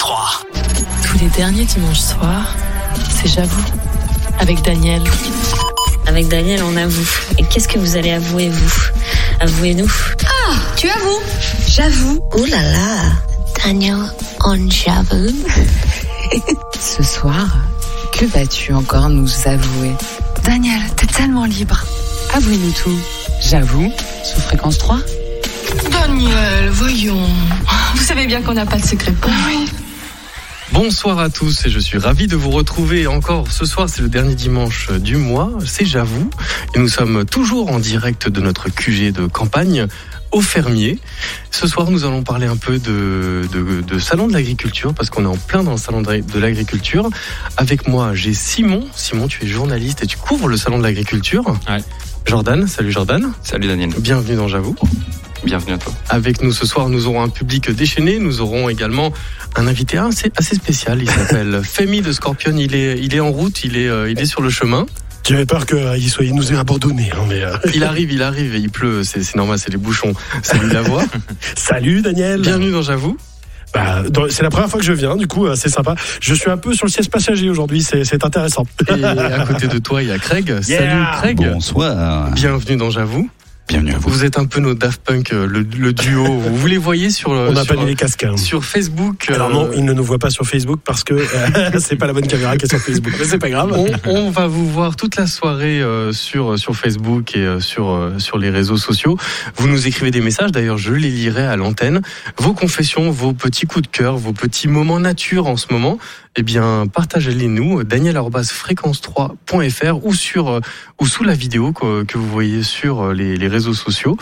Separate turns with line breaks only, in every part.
croire.
Tous les derniers dimanches soirs, c'est J'avoue, avec Daniel.
Avec Daniel, on avoue. Et qu'est-ce que vous allez avouer, vous Avouez-nous.
Ah, tu avoues
J'avoue.
Oh là là, Daniel, on j'avoue.
Ce soir, que vas-tu encore nous avouer
Daniel, t'es tellement libre.
Avouez-nous tout. J'avoue, sous fréquence 3.
Daniel, voyons. Vous savez bien qu'on n'a pas de secret pour lui.
Bonsoir à tous et je suis ravi de vous retrouver encore ce soir, c'est le dernier dimanche du mois, c'est j'avoue, et nous sommes toujours en direct de notre QG de campagne au fermier. Ce soir nous allons parler un peu de, de, de salon de l'agriculture parce qu'on est en plein dans le salon de de l'agriculture. Avec moi j'ai Simon, Simon tu es journaliste et tu couvres le salon de l'agriculture.
Ouais.
Jordan, salut Jordan,
Salut Daniel,
bienvenue dans J'avoue.
bienvenue à toi.
Avec nous ce soir, nous aurons un public déchaîné. Nous aurons également un invité assez, assez spécial. Il s'appelle Femi de Scorpion. Il est, il est en route, il est, euh, il est sur le chemin.
J'avais peur qu'il soit, il nous ait abandonnés. hein, mais, euh,
Il arrive, il arrive. et Il pleut, c'est c'est normal, c'est les bouchons. Salut la voix.
Salut Daniel.
Bienvenue dans J'avoue.
Bah, dans- c'est la première fois que je viens, du coup euh, c'est sympa. Je suis un peu sur le siège passager aujourd'hui, c'est c'est intéressant.
Et euh, à côté de toi, il y a Craig. Salut
Yeah.
Craig.
Bonsoir.
Bienvenue dans J'avoue.
Bienvenue à vous.
Vous êtes un peu nos Daft Punk, euh, le, le duo. Vous vous les voyez sur, euh,
On a
sur,
pas mis les casques. hein.
sur Facebook.
Alors
euh,
non, il ne nous voit pas sur Facebook parce que euh, c'est pas la bonne caméra qui est sur Facebook. Mais c'est pas grave.
On, on va vous voir toute la soirée euh, sur, sur Facebook et euh, sur, euh, sur les réseaux sociaux. Vous nous écrivez des messages, d'ailleurs je les lirai à l'antenne. Vos confessions, vos petits coups de cœur, vos petits moments nature en ce moment, eh bien partagez-les nous, euh, daniel.fréquence3.fr ou, sur, euh, ou sous la vidéo que, que vous voyez sur euh, les, les réseaux sociaux.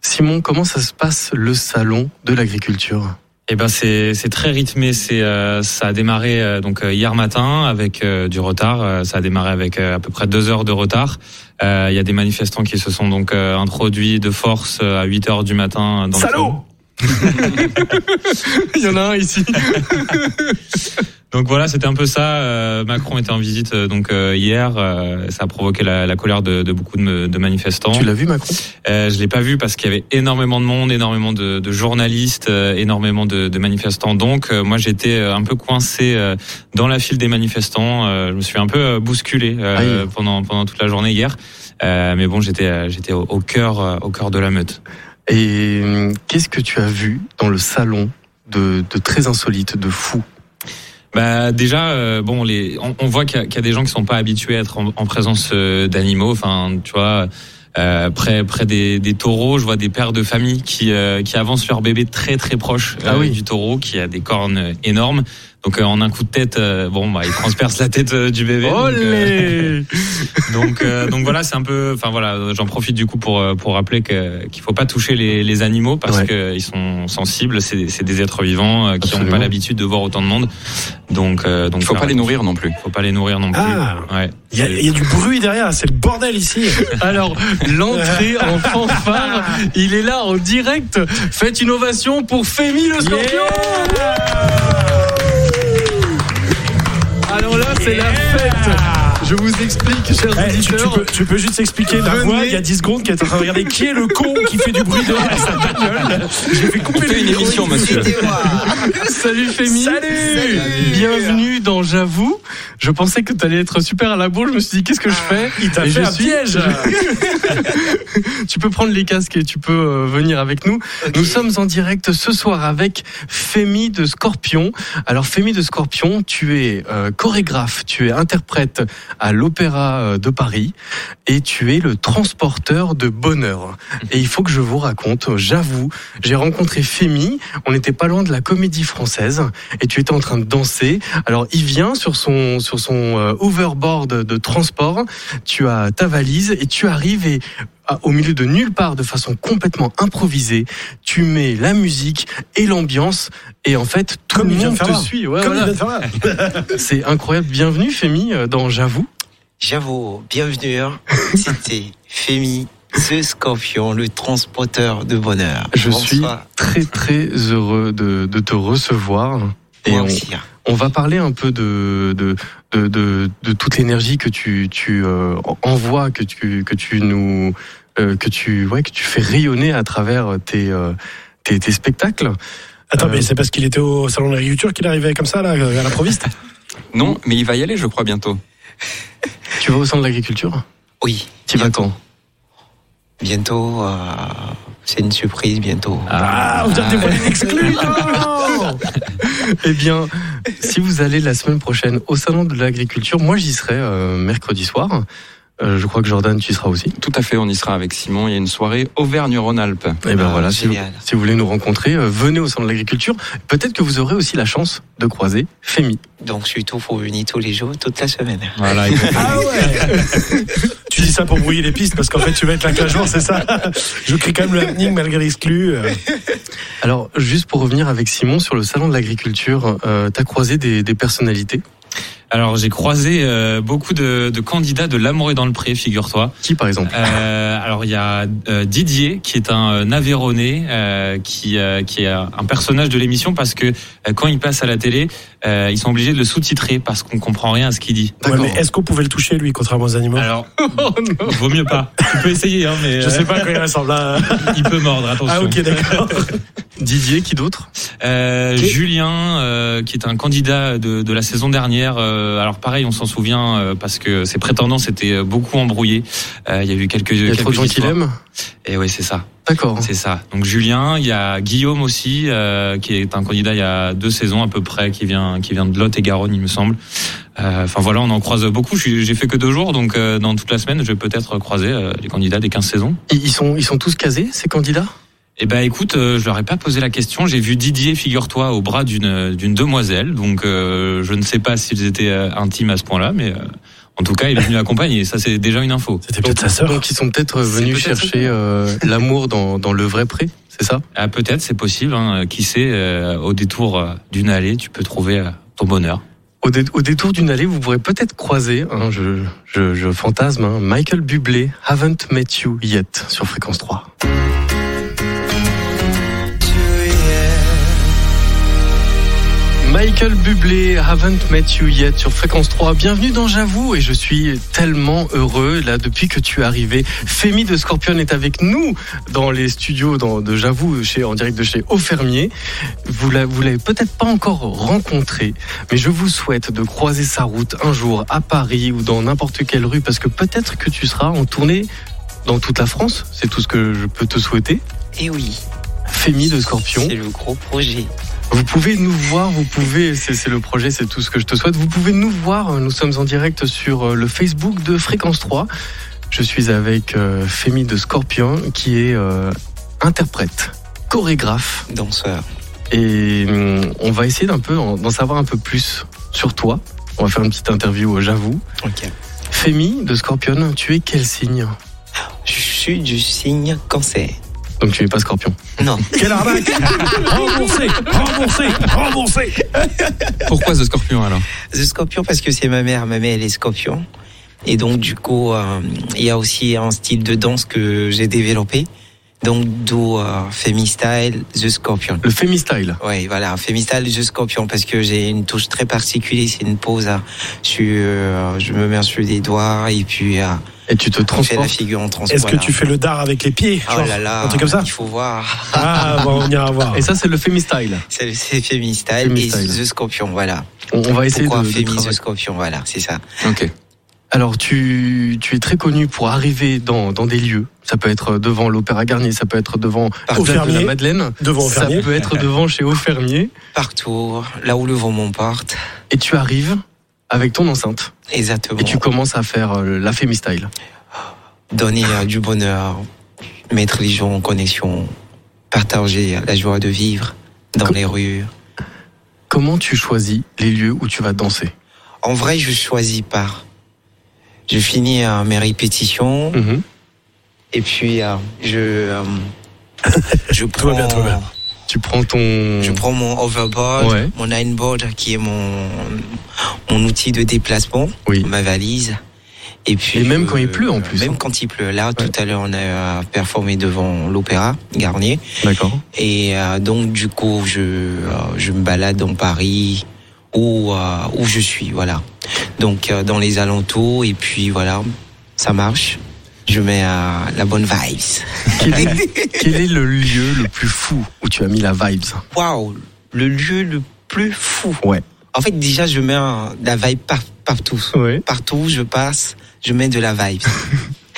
Simon, comment ça se passe le salon de l'agriculture
Eh ben c'est c'est très rythmé. C'est euh, ça a démarré euh, donc euh, hier matin avec euh, du retard. Euh, ça a démarré avec euh, à peu près deux heures de retard. Euh, Il y a des manifestants qui se sont donc euh, introduits de force euh, à 8 heures du matin. Dans le
Salaud
salon.
Il y en a un ici.
donc voilà, c'était un peu ça. Euh, Macron était en visite euh, donc euh, hier. Euh, ça a provoqué la, la colère de, de beaucoup de, me- de manifestants.
Tu l'as vu Macron
Euh, je l'ai pas vu parce qu'il y avait énormément de monde, énormément de, de journalistes, euh, énormément de, de manifestants. Donc euh, moi j'étais euh, un peu coincé euh, dans la file des manifestants. Euh, je me suis un peu euh, bousculé euh, pendant pendant toute la journée hier. Euh, mais bon j'étais euh, j'étais au, au cœur euh, au cœur de la meute.
Et hum, qu'est-ce que tu as vu dans le salon de, de très insolite, de fou
Bah déjà euh, bon les on, on voit qu'il y, a- qu'il y a des gens qui sont pas habitués à être en, en présence euh, d'animaux. Enfin tu vois. euh, près près des, des taureaux, je vois des pères de famille qui euh, qui avancent leur bébé très très proche euh,
Ah oui.
du taureau qui a des cornes énormes. Donc euh, en un coup de tête, euh, bon bah il transperce la tête euh, du bébé. Donc, euh,
Olé
donc, euh, donc voilà, c'est un peu. Enfin voilà, euh, j'en profite du coup pour euh, pour rappeler que qu'il faut pas toucher les, les animaux parce
Ouais.
que ils sont sensibles. C'est c'est des êtres vivants euh, qui n'ont
Absolument.
pas l'habitude de voir autant de monde. Donc euh, donc
Il faut pas
voilà.
les nourrir non plus.
Faut pas les nourrir non plus.
Ah.
Ouais.
Il y, a- il y a du bruit derrière, c'est le bordel ici.
Alors, l'entrée en fanfare, il est là en direct. Faites une ovation pour Fémi le scorpion Alors là, c'est la fête Je vous explique, chers
Eh, tu, tu
auditeurs.
peux, tu peux juste expliquer la
Venez.
voix il y a 10 secondes qui est en train de regarder qui est le con qui fait du bruit dehors avec sa bagnole. J'ai fait
On
couper
fait
le
une
micro.
émission, monsieur.
Salut Fémi
Salut
Bienvenue dans J'avoue. Je pensais que tu allais être super à la boule. Je me suis dit, qu'est-ce que je fais
Il t'a
Et
fait
je
un
suis-
piège.
tu peux prendre les casques et tu peux euh, venir avec nous. Nous sommes en direct ce soir avec Fémi de Scorpion. Alors Fémi de Scorpion, tu es euh, chorégraphe, tu es interprète à l'Opéra euh, de Paris et tu es le transporteur de bonheur. Et il faut que je vous raconte, euh, j'avoue, j'ai rencontré Fémi, on n'était pas loin de la comédie française et tu étais en train de danser. Alors il vient sur son, sur son euh, hoverboard de transport, tu as ta valise et tu arrives et ah, au milieu de nulle part de façon complètement improvisée. Tu mets la musique et l'ambiance et en fait tout
Comme
le
il vient de
monde
faire
te
là.
suit. Ouais,
Comme il
voilà.
vient de faire là.
C'est incroyable. Bienvenue Fémi euh, dans J'avoue.
J'avoue, bienvenue. hein. C'était Fémi, ce scorpion, le transporteur de bonheur.
Je
Bonsoir.
suis très très heureux de, de te recevoir. Et
Moi
on,
aussi. hein.
on va parler un peu de, de, de, de, de toute l'énergie que tu, tu euh, envoies, que tu, que tu nous, euh, que tu, ouais, que tu fais rayonner à travers tes, euh, tes, tes spectacles.
Attends,
Euh,
mais c'est parce qu'il était au salon de l'agriculture qu'il arrivait comme ça, là, à l'improviste
Non, mais il va y aller, je crois, bientôt.
Tu vas au centre de l'agriculture
Oui,
Tu vas quand
bientôt, euh, c'est une surprise bientôt.
Ah, vous avez dévoilé une exclue non
Eh bien, si vous allez la semaine prochaine au salon de l'agriculture, moi j'y serai euh, mercredi soir. Euh, je crois que Jordan, tu y seras aussi.
Tout à fait, on y sera avec Simon. Il y a une soirée Auvergne-Rhône-Alpes.
Eh ben
Ah,
voilà, si vous,
génial.
si vous voulez nous rencontrer, euh, venez au centre de l'agriculture. Peut-être que vous aurez aussi la chance de croiser Femi.
Donc surtout, faut venir tous les jours, toute la semaine.
Voilà, exactement.
Ah ouais Tu dis ça pour brouiller les pistes, parce qu'en fait, tu vas être là 15 jours, c'est ça Je crie quand même le happening malgré l'exclu. euh.
Alors, juste pour revenir avec Simon sur le salon de l'agriculture, euh, t'as croisé des, des personnalités
Alors j'ai croisé euh, beaucoup de, de candidats de l'amour est dans le pré, figure-toi.
Qui, par exemple
Euh, alors il y a euh, Didier qui est un euh, Navarronais, euh, qui euh, qui est un personnage de l'émission parce que euh, quand il passe à la télé, euh, ils sont obligés de le sous-titrer parce qu'on comprend rien à ce qu'il dit.
Ouais, mais est-ce qu'on pouvait le toucher, lui, contrairement aux
Euh.
animaux
Alors
Oh
vaut mieux pas. Tu peux essayer hein, mais
Je
euh,
sais pas à quoi il ressemble hein. à...
il peut mordre. Attention.
Ah, ok, d'accord.
Didier, qui d'autre
Euh, Julien, euh, qui est un candidat de, de la saison dernière. euh, alors pareil, on s'en souvient euh, parce que ses prétendants s'étaient euh, beaucoup embrouillés. Euh, Il y a eu quelques.
Il y a trop de gens qui l'aiment
Et oui, c'est ça,
D'accord.
c'est ça. Donc Julien, il y a Guillaume aussi, euh, qui est un candidat il y a deux saisons à peu près, qui vient, qui vient de Lot et Garonne, il me semble. Euh, Enfin voilà, on en croise beaucoup. Je suis- J'ai fait que deux jours, donc euh, dans toute la semaine, je vais peut-être croiser euh, les candidats des 15 saisons.
Ils ils sont, ils sont tous casés, ces candidats
Eh ben écoute, euh, je leur ai pas posé la question. J'ai vu Didier, figure-toi, au bras d'une d'une demoiselle. Donc euh, je ne sais pas s'ils étaient euh, intimes à ce point-là, mais euh, en tout cas, il est venu accompagner. Ça, c'est déjà une info.
C'était peut-être sa sœur.
Donc, ils sont peut-être
C'est
venus
peut-être
chercher euh, l'amour dans, dans le vrai pré, c'est ça
Ah, peut-être, c'est possible. hein. Qui sait, euh, au détour euh, d'une allée, tu peux trouver euh, ton bonheur.
Au, dé- au détour d'une allée, vous pourrez peut-être croiser, hein, je, je, je fantasme, hein, Michael Bublé, Haven't Met You Yet, sur Fréquence 3. Michael Bublé, Haven't Met You Yet sur Fréquence 3. Bienvenue dans J'avoue et je suis tellement heureux là depuis que tu es arrivé. Fémi de Scorpion est avec nous dans les studios dans- de J'avoue chez, en direct de chez Au Fermier. Vous la- vous l'avez peut-être pas encore rencontré, mais je vous souhaite de croiser sa route un jour à Paris ou dans n'importe quelle rue parce que peut-être que tu seras en tournée dans toute la France. C'est tout ce que je peux te souhaiter.
Et oui,
Fémi de Scorpion.
c'est le gros projet.
Vous pouvez nous voir, vous pouvez, c'est c'est le projet, c'est tout ce que je te souhaite. Vous pouvez nous voir, nous sommes en direct sur euh, le Facebook de Fréquence 3. Je suis avec euh, Fémi de Scorpion qui est euh, interprète, chorégraphe
Danseur.
et hum, on va essayer d'un peu en- d'en savoir un peu plus sur toi. On va faire une petite interview, euh, j'avoue.
Ok.
Fémi de Scorpion, tu es quel signe
Je suis du signe cancer.
Donc tu n'es pas Scorpion.
Non,
Quelle arnaque Remboursé Remboursé Remboursé
Pourquoi The Scorpion alors
The Scorpion parce que c'est ma mère. Ma mère, elle est Scorpion. Et donc, du coup, euh, il y a aussi un style de danse que j'ai développé. Donc, d'où euh, Femistyle, The Scorpion.
Le Fémi style.
Ouais, voilà, Femistyle, The Scorpion, parce que j'ai une touche très particulière, c'est une pose. hein. Je, suis, euh, je me mets sur les doigts et puis euh,
Et tu te
je fais la
transformes.
figure en transport.
Est-ce que tu fais le dard avec les pieds
Oh
genre,
là là,
Un truc comme ça
il faut voir.
Ah, bon, on ira voir.
Et ça, c'est le Fémi style.
C'est c'est Femistyle et
Femistyle.
The Scorpion, voilà.
On, on va essayer
Pourquoi
de, de
Femi,
travailler.
The Scorpion, voilà, c'est ça.
Ok.
Alors, tu, tu es très connu pour arriver dans, dans des lieux. Ça peut être devant l'Opéra Garnier, ça peut être devant la
Au
place de la
fermier.
Madeleine,
Devant au
ça
fermier.
peut être devant chez Au Fermier.
Partout, là où le vent m'emporte.
Et tu arrives avec ton enceinte
Exactement.
et tu commences à faire euh, la Femi style.
Donner euh, du bonheur, mettre les gens en connexion, partager la joie de vivre dans
Comme-
les rues.
Comment tu choisis les lieux où tu vas danser
En vrai, je choisis pas. Je finis euh, mes répétitions
Mhm.
et puis euh, je euh, je
Tout va
prends
bien, tout va bien.
Tu prends ton.
je prends mon overboard,
Mm. Ouais.
mon lineboard qui est mon mon outil de déplacement,
Oui.
ma valise. Et puis euh,
Et même quand il pleut, en plus,
Même
hein.
quand il pleut. Là, tout à l'heure, on a euh, performé devant l'opéra Garnier.
D'accord.
Et euh, donc, du coup, je, euh, je me balade dans Paris où, euh, où je suis, voilà. Donc, euh, dans les alentours, et puis voilà, ça marche. je mets euh, la bonne vibes.
Quel est, quel est le lieu le plus fou où tu as mis la vibes
Waouh, le lieu le plus fou.
Ouais.
En fait, déjà, je mets euh, la vibe par- partout.
Ouais.
Partout où je passe, je mets de la vibe.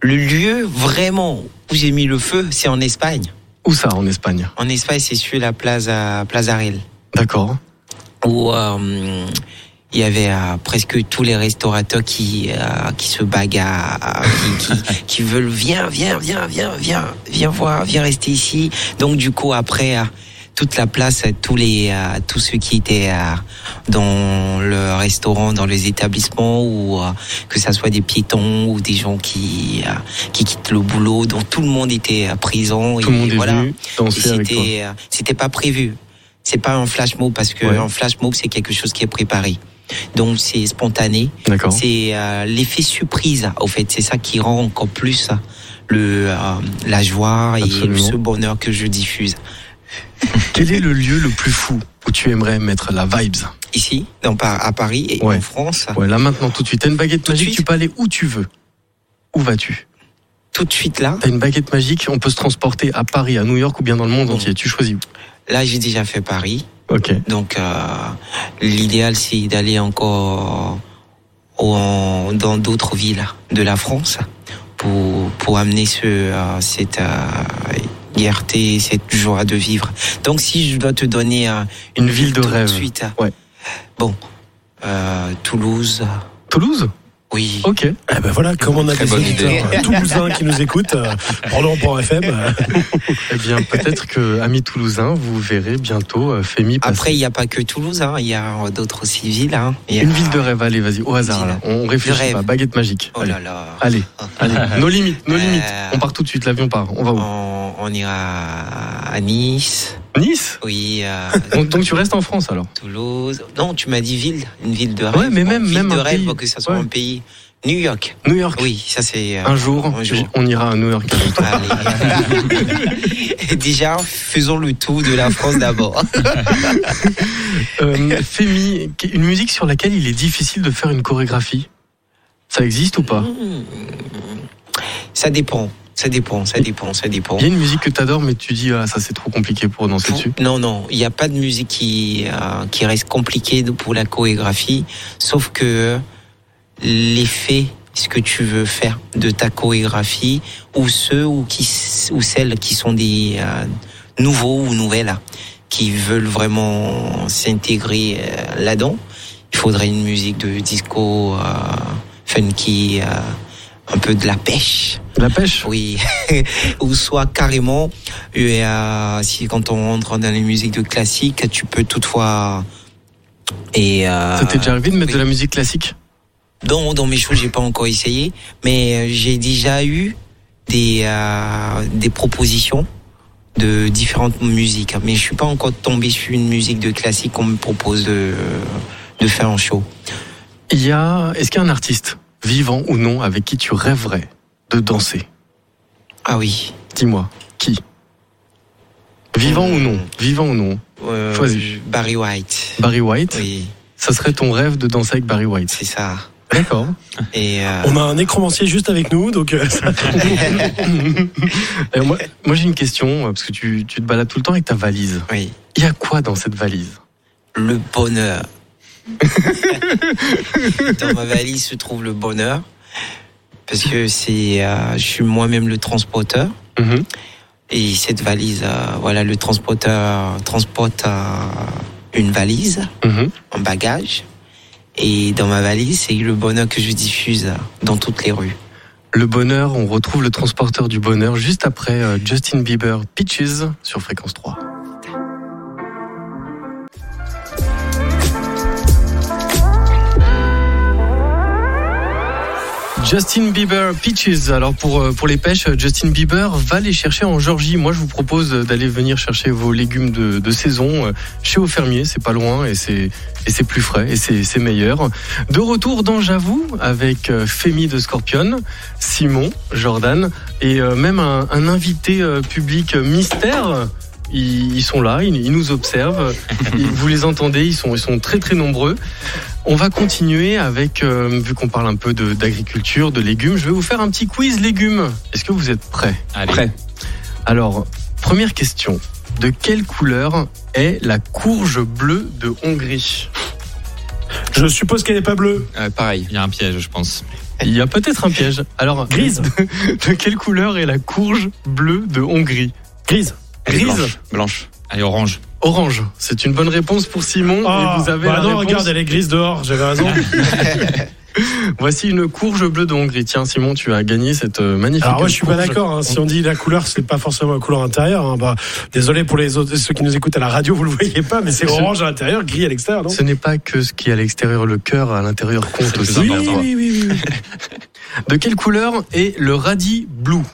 le lieu vraiment où j'ai mis le feu, c'est en Espagne.
Où ça en Espagne
En Espagne, c'est sur la Plaza, Plaza Real,
D'accord.
où euh, il y avait euh, presque tous les restaurateurs qui, euh, qui se bagarrent, qui, qui, qui veulent viens, viens, viens, viens, viens, viens voir, viens rester ici. Donc du coup, après, euh, toute la place, euh, tous les, euh, tous ceux qui étaient euh, dans le restaurant, dans les établissements, ou euh, que ça soit des piétons ou des gens qui, euh, qui quittent le boulot, donc tout le monde était euh, présent.
Tout le monde est
voilà.
venu
Et
danser avec toi.
c'était, euh, c'était pas prévu. C'est pas un flash mob parce que
Ouais.
un flash mob c'est quelque chose qui est préparé. Donc c'est spontané.
D'accord.
C'est euh, l'effet surprise au fait. C'est ça qui rend encore plus euh, le euh, la joie
Absolument.
et ce bonheur que je diffuse
Quel est le lieu le plus fou où tu aimerais mettre la vibes
ici, dans, Par- à Paris et
Ouais.
en France.
Ouais, là maintenant tout de suite. T'as une baguette
Tout de
magique,
suite
tu peux aller où tu veux. Où vas-tu
Tout de suite là.
T'as une baguette magique, on peut se transporter à Paris, à New York ou bien dans le monde
Bon.
entier. Tu choisis où
Là j'ai déjà fait Paris.
Ok.
Donc euh, l'idéal c'est d'aller encore en- dans d'autres villes de la France pour, pour amener ce, euh, cette euh, liberté, cette joie de vivre. Donc si je dois te donner euh,
Une ville de
tout
rêve.
suite,
Ouais.
Bon, euh, Toulouse,
Toulouse
oui.
Ok.
Eh ben voilà, comme on a
Très
des
bonne
auditeurs euh, toulousains qui nous écoutent, euh, pardon pour FM, euh,
Eh bien peut-être que, amis toulousains, vous verrez bientôt euh, Femi passer.
Après il n'y a pas que Toulouse, hein, il y a d'autres aussi villes. hein. Il y a-
Une ville de rêve, allez, vas-y, au hasard,
ville.
là. On réfléchit
rêve.
pas. Baguette magique.
Oh
allez.
là là.
Allez, allez. nos limites, nos
Euh.
limites. On part tout de suite, l'avion part. On va où
On, on ira à Nice,
Nice
oui. euh,
donc, donc tu restes en France alors
Toulouse. Non, tu m'as dit ville, une ville de rêve.
Ouais, mais même-
Une ville
même
de
un
rêve,
pays.
que ça soit
Ouais.
un pays. New York.
New York
Oui, ça c'est euh,
Un jour,
Un jour.
on ira à New York.
Allez. Déjà, faisons le tour de la France d'abord.
Euh, Femi, une musique sur laquelle il est difficile de faire une chorégraphie. Ça existe ou pas
Ça dépend, ça dépend, ça dépend, ça dépend.
Il y a une musique que t'adores, mais tu dis ah ça c'est trop compliqué pour danser dessus.
Non, non, il n'y a pas de musique qui, euh, qui reste compliquée de- pour la chorégraphie, sauf que l'effet, ce que tu veux faire de ta chorégraphie, ou ceux ou, qui, s- ou celles qui sont des euh, nouveaux ou nouvelles, hein, qui veulent vraiment s'intégrer euh, là-dedans, il faudrait une musique de disco, euh, funky, euh, un peu de la pêche.
La pêche.
Oui, ou soit carrément, et, euh, si quand on rentre dans les musiques de classique, tu peux toutefois et euh,
Ça t'est déjà arrivé de mettre
oui.
de la musique classique
dans dans mes shows, j'ai pas encore essayé, mais euh, j'ai déjà eu des euh, des propositions de différentes musiques, mais je suis pas encore tombé sur une musique de classique qu'on me propose de de faire en show.
Il y a. Est-ce qu'il y a un artiste, vivant ou non, avec qui tu rêverais de danser
Ah oui.
Dis-moi, qui Vivant
Hmm.
ou non Vivant ou non
Euh,
Choisis.
Barry White.
Barry White.
Oui,
Ça serait ton rêve de danser avec Barry White.
c'est ça.
D'accord.
Et euh,
on a un nécromancier juste avec nous, donc euh, ça-
Et moi, moi j'ai une question euh, parce que tu, tu te balades tout le temps avec ta valise.
oui.
Il y a quoi dans cette valise
le bonheur. Dans ma valise se trouve le bonheur. Parce que c'est, euh, je suis moi-même le transporteur. Et cette valise, euh, voilà, le transporteur transporte euh, une valise,
Mhm.
un bagage. Et dans ma valise, c'est le bonheur que je diffuse euh, dans toutes les rues.
Le bonheur, on retrouve le transporteur du bonheur juste après euh, Justin Bieber Peaches sur fréquence 3. Justin Bieber Peaches. Alors pour euh, pour les pêches, euh, Justin Bieber va les chercher en Georgie. Moi, je vous propose euh, d'aller venir chercher vos légumes de, de saison euh, chez au fermier. C'est pas loin et c'est et c'est plus frais et c'est c'est meilleur. De retour dans J'avoue avec euh, Fémi de Scorpion, Simon, Jordan et euh, même un, un invité euh, public euh, mystère. Ils, ils sont là, ils, ils nous observent. Ils- vous les entendez, ils sont, ils sont très très nombreux. On va continuer avec, euh, vu qu'on parle un peu de- d'agriculture, de, légumes, je vais vous faire un petit quiz légumes. Est-ce que vous êtes prêts
Allez.
Prêt.
Alors, première question. De quelle couleur est la courge bleue de Hongrie
Je suppose qu'elle n'est pas bleue.
Euh, pareil.
Il y a un piège, je pense.
Il y a peut-être un piège. Alors,
Grise.
de quelle couleur est la courge bleue de Hongrie
Grise.
Elle est
Grise.
Blanche. blanche.
Allez, orange.
Orange. C'est une bonne réponse pour Simon.
Ah,
et vous avez
bah
la
non,
réponse.
regarde, elle est grise dehors, j'avais raison.
Voici une courge bleue de Hongrie. Tiens, Simon, tu as gagné cette euh, magnifique.
Alors moi je suis pas
courge.
d'accord. hein. Si on dit la couleur, c'est pas forcément la couleur intérieure. hein. Bah, désolé pour les autres, ceux qui nous écoutent à la radio, vous le voyez pas, mais c'est
Ce-
orange à l'intérieur, gris à l'extérieur, non
Ce n'est pas que ce qui est à l'extérieur, le cœur à l'intérieur compte aussi.
oui, oui, oui, oui, oui.
De quelle couleur est le radis blue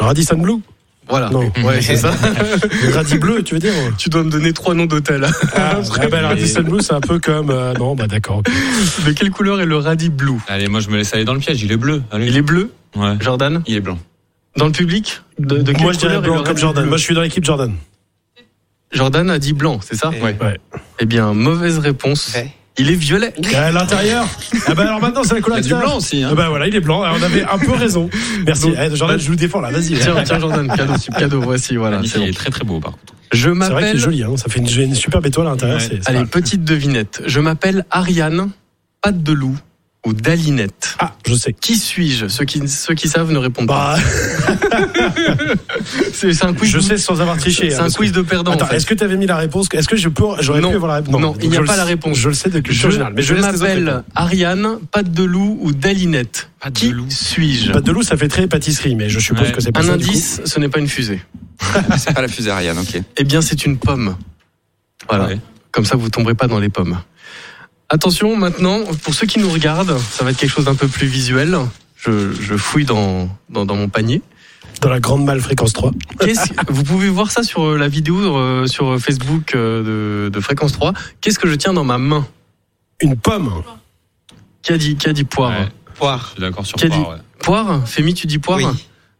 Le Radisson Blue,
Voilà.
Non.
Ouais, c'est ça.
le radis bleu, tu veux dire
tu dois me donner trois noms d'hôtels.
ah, ah, bah, Le Radisson Blue, c'est un peu comme euh, non, bah d'accord. ok.
De quelle couleur est le radis blue
Allez, moi, je me laisse aller dans le piège. Il est bleu. Allez.
Il est bleu,
Ouais.
Jordan
Il est blanc.
Dans le public de, de quelle
Moi je dirais
couleur est le
blanc comme
radis
Jordan.
bleu
Moi je suis dans l'équipe Jordan.
Jordan a dit blanc, c'est ça
Ouais.
Ouais.
Eh bien, mauvaise réponse.
Ouais.
Il est violet.
À l'intérieur. Ah bah alors maintenant c'est la
Il y
couleur
a du
extérieure.
blanc aussi. hein.
Ah bah voilà, il est blanc. Ah, on avait un peu raison. Merci.
Donc- bah,
Eh, Jordan, je vous défends là. Vas-y.
Tiens, tiens Jordan, cadeau, cadeau, voici, voilà.
Magnifique,
c'est bon.
Il est très très beau, par contre.
Je
C'est vrai qu'il est
m'appelle
joli. hein. Ça fait une, une superbe étoile à l'intérieur.
Ouais.
c'est- c'est
Allez,
pas mal.
petite devinette. Je m'appelle Ariane, patte de loup ou Dalinette.
Ah, je sais.
Qui suis-je ceux qui, ceux qui savent ne répondent pas.
Bah,
C'est c'est un quiz.
je
de-
sais sans avoir triché.
C'est un
hein, parce que-
quiz de perdant. en
Attends,
fait.
est-ce que tu avais mis la réponse Est-ce que je peux j'aurais
Non.
pu avoir la réponse
Non, il n'y a
je le
pas la
sais-
réponse.
Je le sais de culture
Je-
générale, mais je
je
laisse les autres répondre.
m'appelle Ariane, patte de loup ou Dalinette.
Patte
Qui
de loup.
suis-je
Pâte de loup, ça fait très pâtisserie, mais je suppose
Ouais.
que c'est pas
Un
ça, du
indice, ce n'est pas une fusée.
C'est pas la fusée Ariane, ok.
Eh bien, c'est une pomme. Voilà.
Ouais.
Comme ça, vous tomberez pas dans les pommes. Attention, maintenant, pour ceux qui nous regardent, ça va être quelque chose d'un peu plus visuel. Je, je fouille dans, dans, dans mon panier.
coup, Dans la grande mal fréquence 3.
Qu'est-ce- vous pouvez voir ça sur euh, la vidéo euh, sur Facebook euh, de, de Fréquence 3. Qu'est-ce que je tiens dans ma main
Une pomme.
Qui a dit, qui a dit poire
Ouais. Je
Poire.
suis d'accord sur
Quel-
Poire, ouais.
Poire Fémi, tu dis poire
Oui.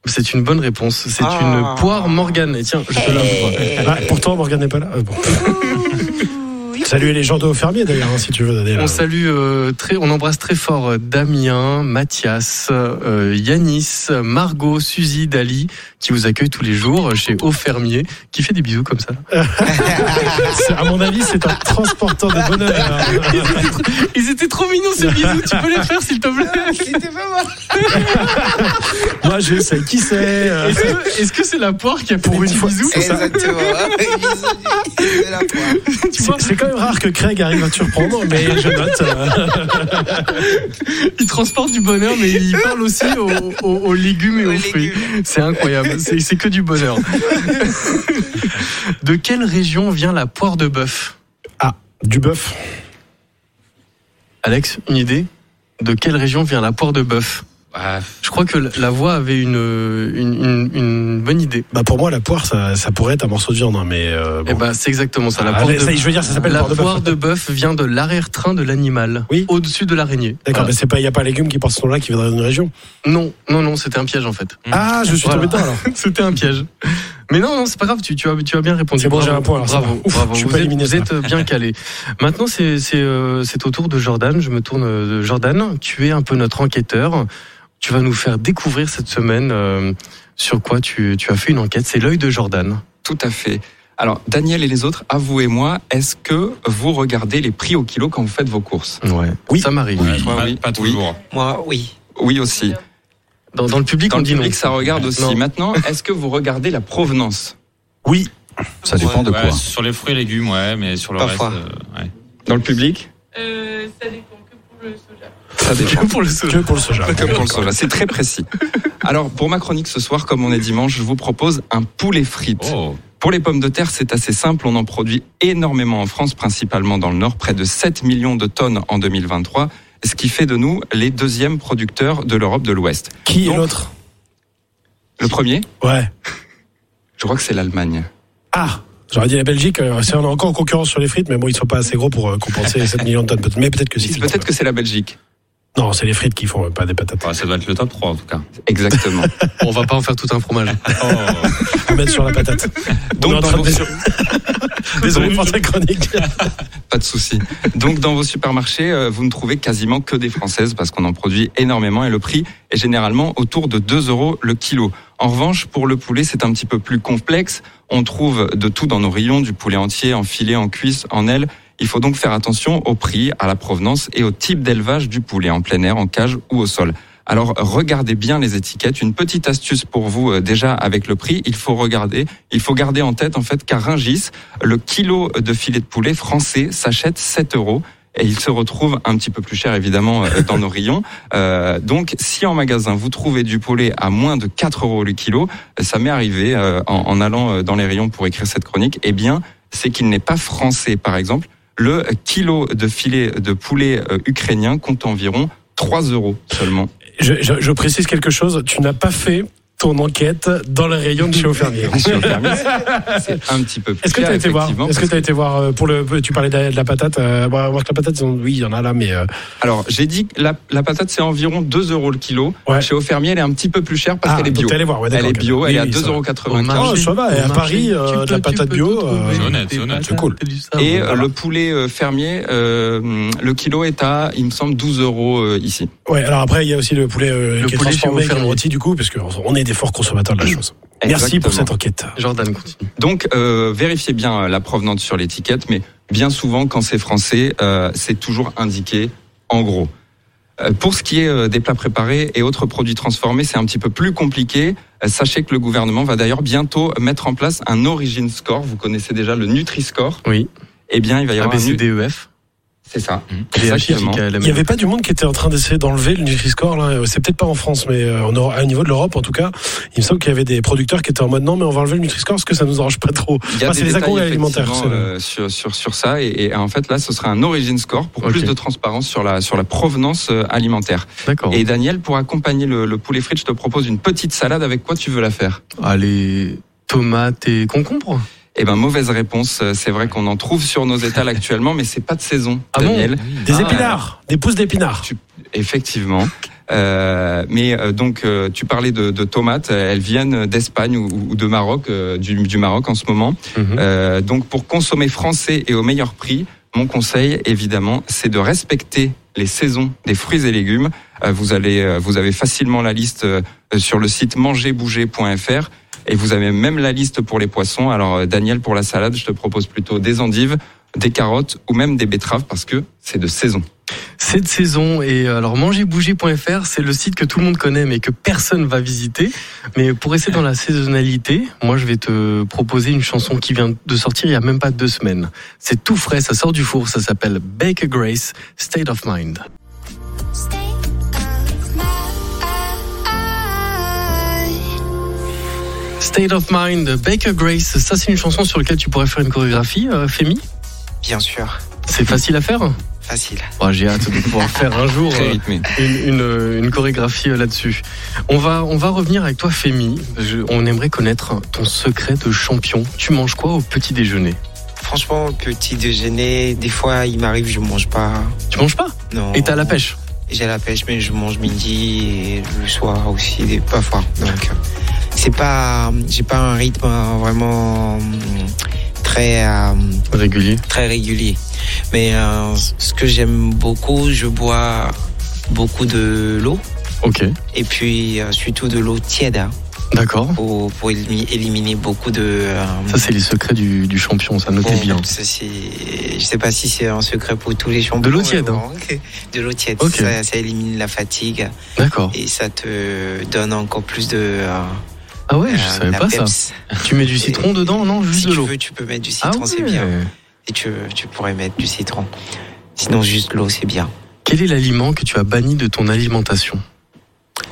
C'est une bonne réponse. C'est
Ah.
une poire Morgane. Et tiens, je te l'offre.
Ah, pourtant, Morgane n'est pas là. Ah, bon. Saluer les gens de Haut-Fermier d'ailleurs, hein, si tu veux. d'ailleurs.
On salue euh, très, on embrasse très fort euh, Damien, Mathias, euh, Yanis, Margot, Suzy, Dali, qui vous accueillent tous les jours euh, chez Au Fermier, qui fait des bisous comme ça.
C'est- À mon avis, c'est un transporteur de bonheur. hein.
Ils étaient trop mignons ces bisous. Tu peux les faire s'il te plaît.
Ah, C'était pas mal.
Moi, je sais qui c'est. euh,
Est-ce que- est-ce que c'est la poire qui a fait
Pour
des
une
petits
fois, eh
bisous
c'est ça.
Exactement. Bisous. C'est la poire.
Tu vois,
C'est c'est quand même rare que Craig arrive à te surprendre, mais je note. euh,
il transporte du bonheur, mais il parle aussi aux, aux- aux légumes et aux,
Aux
fruits.
légumes.
C'est incroyable. C'est c'est que du bonheur. De quelle région vient la poire de bœuf
Ah, du bœuf.
Alex, une idée De quelle région vient la poire de bœuf
Ah,
Je crois que la voix avait une, une, une- une bonne idée.
Bah pour moi, la poire, ça, ça pourrait être un morceau de viande, hein, mais. euh, bon.
Eh ben, c'est exactement ça. La
Ah,
poire
mais ça,
de,
je veux dire, ça s'appelle
la
poire de bœuf.
poire de bœuf vient de l'arrière-train de l'animal,
Oui.
au-dessus de l'araignée.
D'accord,
Voilà.
mais c'est pas, il n'y a pas un légume qui porte ce nom-là qui viendrait d'une région.
Non, non, non, c'était un piège en fait.
Ah, je suis
Voilà.
tombé dedans alors.
C'était un piège. Mais non, non, c'est pas grave. Tu, tu as, tu as bien répondu.
C'est bon,
Bravo,
j'ai un point, alors, ça
bravo,
va. Ouf,
bravo.
je suis
vous
pas
êtes,
éliminé,
vous
ça.
êtes, euh, bien calé. Maintenant, c'est c'est, euh, c'est au tour de Jordan. Je me tourne euh, de Jordan. Tu es un peu notre enquêteur. Tu vas nous faire découvrir cette semaine euh, sur quoi tu, tu as fait une enquête. C'est l'œil de Jordan.
Tout à fait. Alors, Daniel et les autres, avouez-moi, est-ce que vous regardez les prix au kilo quand vous faites vos courses
Ouais.
Oui.
Ça m'arrive.
oui,
Toi,
pas,
oui.
pas
Oui.
toujours.
Moi, oui.
Oui aussi.
Dans, dans le public,
Dans
on
le
dit
public,
non.
ça regarde aussi.
Non.
Maintenant, est-ce que vous regardez la provenance
Oui.
Ça dépend de
Ouais,
quoi.
sur les fruits et légumes, ouais, mais sur le
Parfois.
reste. euh, ouais.
Dans le public
Euh, ça dépend que pour le soja.
Ça dépend.
pour le soja.
Que pour le soja.
Comme pour le soja, c'est très précis. Alors, pour ma chronique ce soir, comme on est dimanche, je vous propose un poulet frites.
Oh,
Pour les pommes de terre, c'est assez simple. On en produit énormément en France, principalement dans le Nord, près de 7 millions de tonnes en 2023, ce qui fait de nous les deuxièmes producteurs de l'Europe de l'Ouest.
Qui est
Donc-
l'autre
Le premier,
Ouais.
je crois que c'est l'Allemagne.
Ah J'aurais dit la Belgique, euh, c'est on est encore en concurrence sur les frites, mais bon, ils sont pas assez gros pour euh, compenser 7 millions de tonnes. Mais peut-être que si.
Peut-être que c'est la Belgique.
Non, c'est les frites qui font euh, pas des patates.
Ouais, Ah, ça doit être le top 3 en tout cas.
Exactement.
On va pas en faire tout un fromage.
À mettre sur la patate.
Donc,
On est en
dans
train
vos-
de- Désolé pour cette chronique.
Pas de souci. Donc dans vos supermarchés, euh, vous ne trouvez quasiment que des françaises parce qu'on en produit énormément et le prix est généralement autour de 2 euros le kilo. En revanche, pour le poulet, c'est un petit peu plus complexe. On trouve de tout dans nos rayons, du poulet entier, en filet, en cuisse, en aile. Il faut donc faire attention au prix, à la provenance et au type d'élevage du poulet, en plein air, en cage ou au sol. Alors regardez bien les étiquettes. Une petite astuce pour vous euh, déjà avec le prix, il faut regarder, il faut garder en tête en fait qu'à Ringis, le kilo de filet de poulet français s'achète 7 euros. Et il se retrouve un petit peu plus cher évidemment euh, dans nos rayons. Euh, donc, si en magasin vous trouvez du poulet à moins de 4 euros le kilo, ça m'est arrivé euh, en, en allant euh, dans les rayons pour écrire cette chronique. Eh bien, c'est qu'il n'est pas français, par exemple. Le kilo de filet de poulet euh, ukrainien compte environ 3 euros seulement.
Je, je- je précise quelque chose. Tu n'as pas fait ton enquête dans le rayon de chez Aufermier.
Ah, sur le permis, c'est un petit peu plus
Est-ce que tu
cher,
as été voir
effectivement,
Est-ce que
parce
tu as été voir euh, pour le Tu parlais de de la patate. euh, bon, voir que la patate, ils ont- oui, il y en a là, mais euh,
Alors, j'ai dit que la, la patate, c'est environ 2 euros le kilo.
Ouais.
Chez Aufermier, elle est un petit peu plus chère parce
ah,
qu'elle est
donc
bio.
t'es allé voir, ouais,
Elle
d'accord,
est
ok.
bio, elle
Oui,
est à
oui,
2,95
Oh, ça va.
euros.
marché. ça va, et à Paris, euh, de la patate bio, euh,
C'est honnête, c'est honnête.
C'est cool.
Et euh, le poulet euh, fermier, euh, le kilo est à, il me semble, 12 euros euh, ici.
Ouais, alors après, il y a aussi le poulet euh,
Le
qui
poulet
est
chez
transformé, qui est
Aufermier.
rôti du coup, parce qu'on on est des forts consommateurs de la chose. Merci pour
Exactement.
cette enquête.
Jordan continue. Ah,
Donc, euh, vérifiez bien euh, la provenance sur l'étiquette, mais bien souvent, quand c'est français, euh, c'est toujours indiqué en gros. Euh, Pour ce qui est euh, des plats préparés et autres produits transformés, c'est un petit peu plus compliqué. Euh, Sachez que le gouvernement va d'ailleurs bientôt mettre en place un Origin Score. Vous connaissez déjà le Nutri-Score.
Oui.
Eh bien, il va y
Ah,
avoir un Nu-
ABCDEF.
C'est ça.
DHI,
Exactement.
KLM.
Il n'y avait pas du monde qui était en train d'essayer d'enlever le Nutri-Score là. euh, C'est peut-être pas en France, mais euh, en Euro- à au niveau de l'Europe en tout cas, il me semble qu'il y avait des producteurs qui étaient en mode non, mais on va enlever le Nutri-Score parce que ça nous arrange pas trop.
Il y a
Ah,
des
c'est les
détails,
acomptes alimentaires,
effectivement,
c'est le-
euh, sur, sur, sur ça. Et, et en fait, là, ce sera un origin score pour plus
Ok.
de transparence sur la, sur la provenance euh, alimentaire.
D'accord.
Et Daniel, pour accompagner le, le poulet frit, je te propose une petite salade. Avec quoi tu veux la faire
Allez, tomates et concombres.
Eh ben, mauvaise réponse. Euh, C'est vrai qu'on en trouve sur nos étals actuellement, mais c'est pas de saison,
Ah bon
Daniel.
Des
Ah.
épinards, des pousses d'épinards.
Effectivement. Euh, mais euh, donc euh, tu parlais de, de tomates, Euh, elles viennent d'Espagne ou, ou de Maroc, euh, du, du Maroc en ce moment.
Mhm.
Euh, donc pour consommer français et au meilleur prix, mon conseil évidemment, c'est de respecter les saisons des fruits et légumes. Euh, vous allez, euh, vous avez facilement la liste euh, sur le site mangerbouger.fr. Et vous avez même la liste pour les poissons. Alors euh, Daniel, pour la salade, je te propose plutôt des endives, des carottes ou même des betteraves parce que c'est de saison.
C'est de saison et euh, alors mangerbouger.fr, c'est le site que tout le monde connaît mais que personne va visiter. Mais pour rester dans la saisonnalité, moi je vais te proposer une chanson qui vient de sortir il y a même pas deux semaines. C'est tout frais, ça sort du four, ça s'appelle Baker Grace, State of Mind. State of Mind, Baker Grace, ça c'est une chanson sur laquelle tu pourrais faire une chorégraphie, euh, Femi.
Bien sûr,
C'est facile à faire.
facile.
Bon, J'ai hâte de pouvoir faire un jour.
Très
euh,
rythmé.
une, une, euh, une chorégraphie euh, là-dessus. On va, on va revenir avec toi, Femi. Je- on aimerait connaître ton secret de champion. Tu manges quoi au petit déjeuner
Franchement, petit déjeuner, des fois, il m'arrive, je mange pas.
Tu manges pas
Non.
Et t'as la pêche.
J'ai la pêche, mais je mange midi et le soir aussi, des- parfois. Donc, euh, c'est pas, j'ai pas un rythme euh, vraiment euh, très, euh,
Régulier.
très régulier. Mais euh, ce que j'aime beaucoup, je bois beaucoup de l'eau
Ok.
et puis euh, surtout de l'eau tiède hein,
D'accord.
pour, pour élimi- éliminer beaucoup de. euh,
Ça, c'est les secrets du, du champion. Ça notez
bon,
bien.
ça, c'est- je sais pas si c'est un secret pour tous les champions.
De l'eau tiède,
mais
hein.
bon, ok. De l'eau tiède.
Ok.
Ça, ça élimine la fatigue
D'accord.
et ça te donne encore plus de. euh,
Ah ouais, je
euh,
savais
la
pas ça.
peps.
Tu mets du citron dedans Non, juste
Si
de
tu
l'eau.
veux, tu peux mettre du
Ah
citron, c'est
ouais.
bien. Et tu, tu pourrais mettre du citron. Sinon, juste l'eau, c'est bien.
Quel est l'aliment que tu as banni de ton alimentation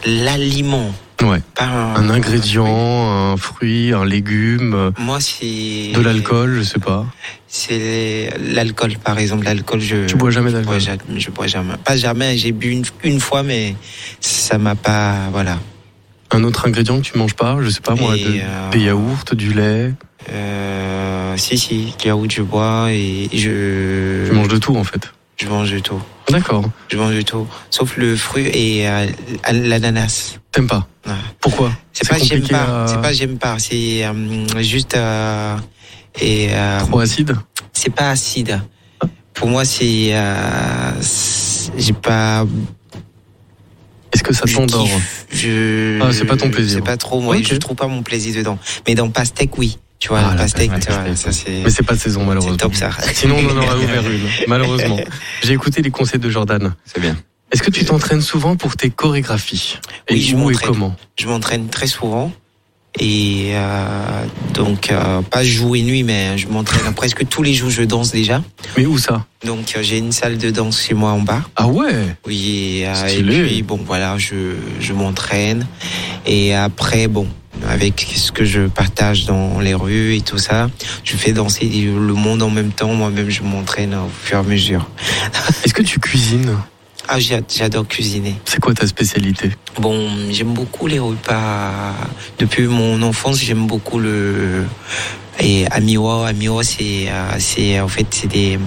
L'aliment.
Ouais.
Pas un,
Un ingrédient, un fruit, un légume, euh,
Moi, c'est.
de l'alcool, je sais pas.
C'est l'alcool, par exemple. L'alcool, je.
Tu bois jamais
je
d'alcool.
bois ja- Je bois jamais. Pas jamais. J'ai bu une, une fois, mais ça m'a pas. Voilà.
Un autre ingrédient que tu manges pas, je sais pas moi,
Et,
de-
euh,
des yaourts, du lait.
euh, Si, si. Yaourt, je bois et je.
Tu manges de tout en fait.
Je mange tout.
D'accord.
Je mange de tout, sauf le fruit et euh, l'ananas.
T'aimes pas
Ouais.
Pourquoi
C'est
C'est
pas j'aime
compliqué
pas,
à-
c'est pas j'aime pas, c'est euh, juste euh, et euh,
Trop acide
c'est pas acide. Pour moi, c'est euh, c'est- j'ai pas.
Est-ce que ça
je
t'endort
kiffe, Je.
Ah, c'est pas ton plaisir.
C'est pas trop. Moi,
Ok.
je trouve pas mon plaisir dedans. Mais dans pastèque, oui. Tu vois,
Ah,
la
la
pastèque,
pastèque,
tu vois,
pastèque.
ça c'est.
Mais c'est pas de saison
C'est
malheureusement.
top ça.
Sinon on en aurait ouvert une, malheureusement. J'ai écouté les conseils de Jordan.
C'est bien.
Est-ce que tu t'entraînes souvent pour tes chorégraphies Et
Oui, je
où et
m'entraîne.
comment
Je m'entraîne très souvent. Et euh, donc, euh, pas jour et nuit, mais je m'entraîne presque tous les jours. Je danse déjà.
Mais où ça
Donc, euh, j'ai une salle de danse chez moi en bas.
Ah ouais
Oui, et, euh, et
Stylé.
puis bon voilà, je, je m'entraîne et après bon avec ce que je partage dans les rues et tout ça, je fais danser le monde en même temps. Moi-même, je m'entraîne au fur et à mesure.
Est-ce que tu cuisines
Ah, j'a- j'adore cuisiner.
C'est quoi ta spécialité
Bon, j'aime beaucoup les repas. Depuis mon enfance, j'aime beaucoup le et amiwa. Amiwa, c'est euh, c'est en fait c'est des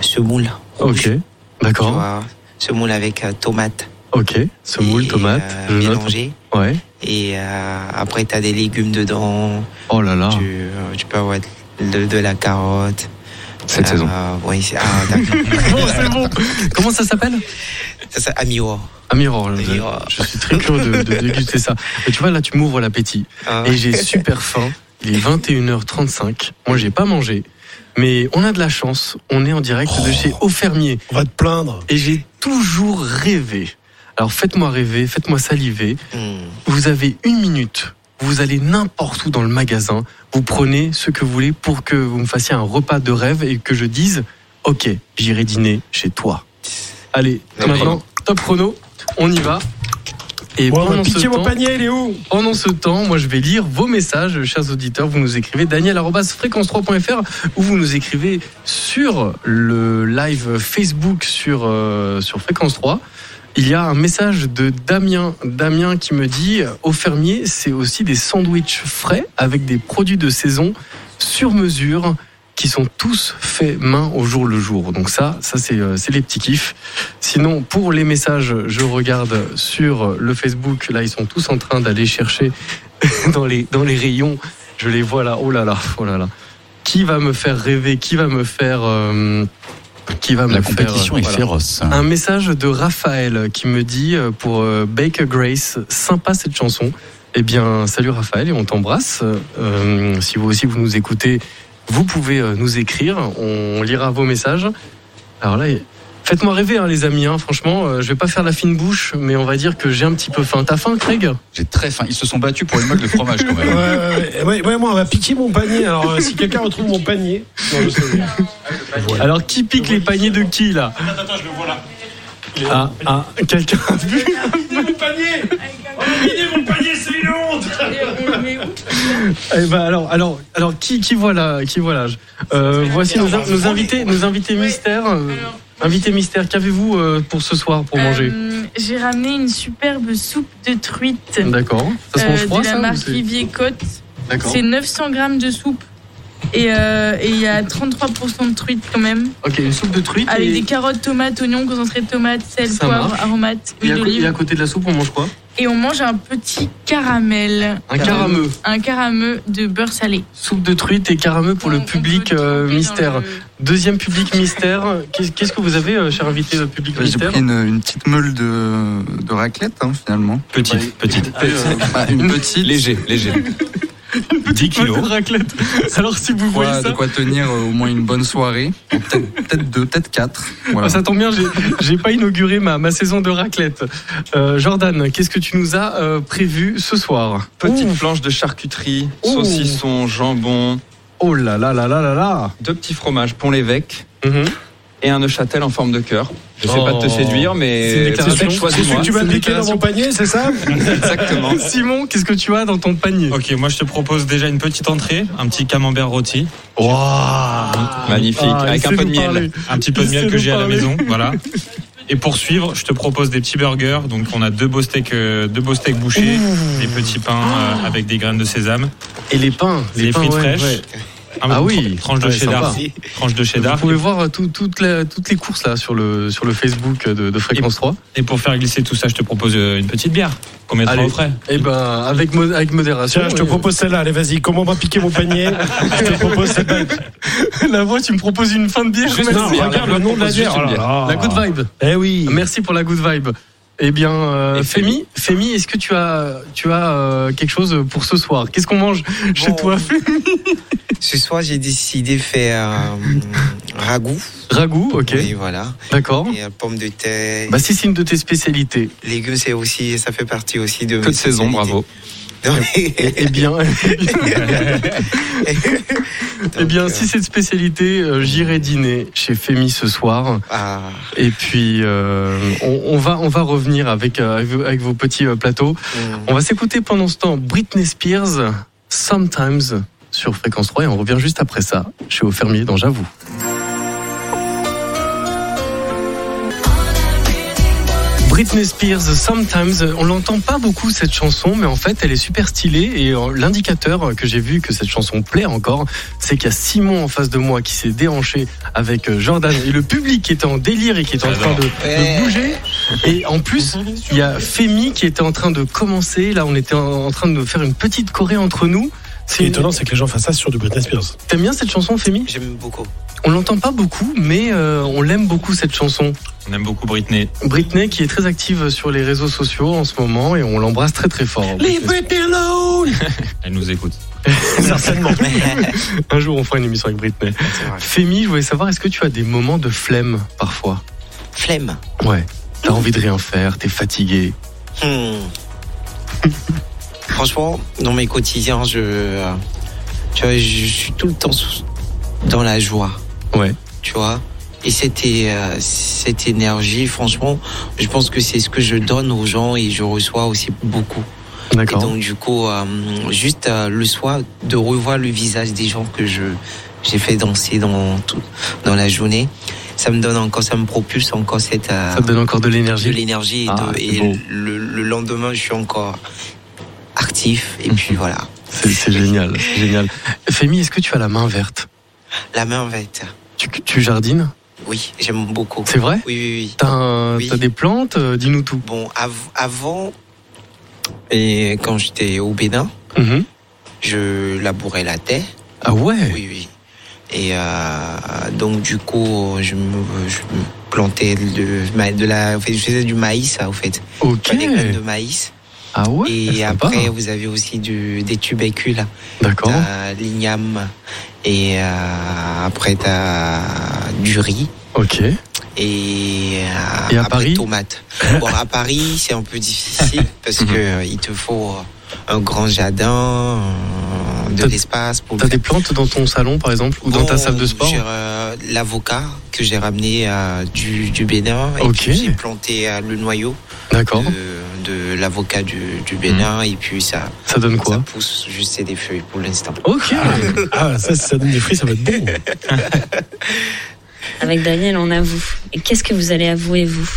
semoules.
Ok.
rouges, tu
D'accord.
vois, Semoule avec euh, tomate.
Ok. Semoule,
et,
tomate,
euh,
je note.
mélangée.
Ouais.
Et euh, après, tu as des légumes dedans.
Oh là là.
Tu, euh, tu peux avoir de, de la carotte.
Cette
Euh,
saison.
Oui, c'est. Ah, d'accord.
Bon, Oh, c'est bon. Comment ça s'appelle
ça, c'est Amiwa.
Un miroir. Je,
Amiwa.
je suis très curieux de, de déguster ça. Mais tu vois, là, tu m'ouvres l'appétit.
Ah,
Et j'ai super faim. Il est 21h35. Moi, j'ai pas mangé. Mais on a de la chance. On est en direct de chez Au Fermier.
On va te plaindre.
Et j'ai toujours rêvé. Alors, faites-moi rêver, faites-moi saliver.
hmm.
Vous avez une minute. Vous allez n'importe où dans le magasin. Vous prenez ce que vous voulez pour que vous me fassiez un repas de rêve et que je dise Ok, j'irai dîner chez toi. Allez,
Top
maintenant, top chrono. On y va. Et
Ouais, on va
pendant, ce
piquer bah, mon
temps,
panier, il est où
pendant ce temps, moi je vais lire vos messages, chers auditeurs. Vous nous écrivez daniel.fréquence3.fr ou vous nous écrivez sur le live Facebook sur, euh, sur Fréquence 3. Il y a un message de Damien. Damien qui me dit Au fermier, c'est aussi des sandwichs frais avec des produits de saison sur mesure qui sont tous faits main au jour le jour. Donc ça, ça c'est euh, c'est les petits kiffs. Sinon, pour les messages, je regarde sur le Facebook. Là, ils sont tous en train d'aller chercher dans les, dans les rayons. Je les vois là. Oh là là, oh là là. Qui va me faire rêver Qui va me faire. euh, qui va me
La
faire,
compétition
euh,
est
voilà.
féroce.
Un message de Raphaël qui me dit euh, pour euh, Baker Grace, sympa cette chanson. Eh bien, salut Raphaël et on t'embrasse. Euh, si vous aussi vous nous écoutez, vous pouvez euh, nous écrire, on lira vos messages. Alors là, faites-moi rêver hein, les amis, hein, franchement, euh, je vais pas faire la fine bouche, mais on va dire que j'ai un petit peu faim. T'as faim Craig
J'ai très faim. Ils se sont battus pour une mode de fromage quand
Ouais,
même.
ouais, ouais, ouais, ouais, moi, on va piquer mon panier. Alors, euh, si quelqu'un retrouve mon panier. Non, je sais.
Alors qui pique les paniers de qui là Attends, je le vois là. Ah, ah, quelqu'un a vu
Ah,
Eh ben alors, alors, alors qui, qui voilà, qui voilà. Euh, voici nos, nos invités, nos invités mystères. euh, Invité mystère, qu'avez-vous euh, pour ce soir pour manger
Euh, J'ai ramené une superbe soupe de truite
D'accord. Ça se
euh,
mange froid,
de la
ça ou
marque
c'est-
Vivier Côte.
D'accord.
C'est 900 grammes de soupe. Et euh, et il y a 33% de truite quand même.
Ok, une soupe de truite.
Avec
Et,
des carottes, tomates, oignons, concentré de tomates, sel,
Ça
poivre,
marche.
aromates,
et
huile
à, co- et à
d'olive.
côté de la soupe, on mange quoi
Et on mange un petit caramel.
Un carameux.
Un carameux de beurre salé.
Soupe de truite et carameux pour
On-
le
Mmh, on peut
public
tremper
euh,
dans
mystère.
le-
Deuxième public mystère. Qu'est- Qu'est-ce que vous avez, euh, cher invité euh, public mystère
une, une petite meule de, de raclette, hein, finalement.
Petite, petite.
Ah,
Bah, une petite.
Léger, léger.
10
Une
kilos.
raclette. Alors si vous
quoi-
voyez
de
ça.
quoi tenir euh, au moins une bonne soirée. Bon, Peut-être peut-être deux, peut-être quatre.
Ah,
Voilà.
Ça tombe bien, j'ai- j'ai pas inauguré ma, ma saison de raclette. Euh, Jordan, qu'est-ce que tu nous as euh, prévu ce soir
Petite planche de charcuterie,
Ouh.
saucisson, jambon,
Oh là là là là là là
deux petits fromages pont l'évêque
Mhm.
et un Neuchâtel en forme de cœur. Je sais
Oh.
pas te séduire, mais
C'est une déclaration.
c'est
C'est celui que tu m'as
C'est une
piqué dans mon
déclaration.
panier, c'est ça
Exactement.
Simon, qu'est-ce que tu as dans ton panier
Ok, moi je te propose déjà une petite entrée, un petit camembert rôti,
Magnifique,
Ah,
avec un peu de
laissez-nous parler.
miel.
un petit peu de miel que
Laissez-nous
j'ai à la
parler.
maison, voilà. Et pour suivre, je te propose des petits burgers. Donc on a deux beaux steaks, euh, deux beaux steaks bouchés, des petits pains euh, avec des graines de sésame,
Et les Ah. pains,
des frites
ouais,
fraîches.
ouais. Ah oui,
tranche de
ouais,
cheddar.
sympa.
Tranche de cheddar.
Vous pouvez voir euh, tout- toutes les- toutes les courses là sur le, sur le Facebook euh, de, de Fréquence 3.
Et pour faire glisser tout ça, je te propose euh, une petite bière. Combien de
Allez.
au frais
Eh ben, avec, mo- avec modération.
Tiens, je te
oui.
propose celle-là. Allez, vas-y, comment on va piquer mon panier Je te propose cette
la voix, tu me proposes une fin de bière.
Juste-
merci.
non, regarde le nom de la bière.
Juste une
Oh là là.
La good vibe.
Eh oui.
Merci pour la good vibe. Eh bien, euh, Femi, Femi, est-ce que tu as, tu as euh, quelque chose pour ce soir Qu'est-ce qu'on mange chez
Bon.
toi, Femi
Ce soir, j'ai décidé de faire euh, ragoût.
Ragoût, ok,
Oui, voilà.
d'accord.
Et euh, pommes de terre.
Bah, si c'est une de tes spécialités,
légumes, c'est aussi, ça fait partie aussi de.
Feu de saison, bravo.
eh bien, eh bien,
Donc, euh,
si c'est une spécialité, euh, j'irai dîner chez Femi ce soir.
ah,
Et puis, euh, on, on va, on va revenir avec, euh, avec vos- avec vos petits euh, plateaux.
hum.
On va s'écouter pendant ce temps Britney Spears, Sometimes, sur Fréquence 3, et on revient juste après ça, chez Au Fermier, dans J'avoue. Britney Spears, Sometimes, on l'entend pas beaucoup cette chanson, mais en fait elle est super stylée et euh, l'indicateur que j'ai vu que cette chanson plaît encore, c'est qu'il y a Simon en face de moi qui s'est déhanché avec euh, Jordan et le public qui était en délire et qui était en train de, de bouger. Et en plus, il y a Femi qui était en train de commencer, là on était en, en train de faire une petite choré entre nous.
Ce qui
C'est
est étonnant, c'est que les gens fassent ça sur du Britney Spears.
T'aimes bien cette chanson Femi
J'aime beaucoup.
On l'entend pas beaucoup, mais euh, on l'aime beaucoup cette chanson.
On aime beaucoup Britney.
Britney qui est très active sur les réseaux sociaux en ce moment et on l'embrasse très très fort. Britney.
Elle nous écoute.
Certainement.
Un jour on fera une émission avec Britney.
C'est vrai.
Femi, je voulais savoir est-ce que tu as des moments de flemme parfois
Flemme.
Ouais. T'as envie de rien faire, t'es fatigué.
Hmm. Franchement, dans mes quotidiens, je, euh, tu vois, je suis tout le temps sous- dans la joie.
Ouais.
Tu vois Et cette, é- euh, cette énergie, franchement, je pense que c'est ce que je donne aux gens et je reçois aussi beaucoup. Et
D'accord.
donc, du coup, euh, juste euh, le soir, de revoir le visage des gens que je j'ai fait danser dans, tout, dans la journée, ça me donne encore, ça me propulse encore cette. euh,
Ça te donne encore de
de
l'énergie.
l'énergie et,
Ah,
de-
c'est
et
beau.
le, le lendemain je suis encore actif
Mm.
et puis voilà
C'est c'est génial, c'est génial. Femi, est-ce que tu as la main verte
la main va être
tu, tu jardines
oui j'aime beaucoup
C'est vrai
oui oui oui
T'as un-
Oui.
t'as des plantes Euh, Dis-nous tout.
bon av- avant et quand j'étais au Bénin
Mhm.
je labourais la terre
Ah ouais
oui oui et euh, donc du coup je me, je me plantais de, ma- de la en fait, je faisais du maïs au fait
Ok.
Pas des graines de maïs
Ah ouais
et
sympa.
après vous avez aussi du, des tubercules
D'accord.
t'as l'igname et euh, après t'as du riz
Ok.
et, euh,
Et à
après
Paris
tomates. Bon à Paris c'est un peu difficile parce
Mhm.
que euh, il te faut un grand jardin, euh, de
T'as-
l'espace pour.
T'as des plantes dans ton salon par exemple ou dans ta
Bon,
salle de sport
j'ai, euh, L'avocat que j'ai ramené euh, du, du Bénin et
Ok.
puis j'ai planté euh, le noyau
D'accord.
de, de l'avocat du, du Bénin et puis ça,
Ça donne
ça
quoi
pousse juste c'est des feuilles pour l'instant.
Ok.
Ah, ça, si ça donne des fruits, ça va être bon.
Avec Daniel, on avoue. Et qu'est-ce que vous allez avouer, vous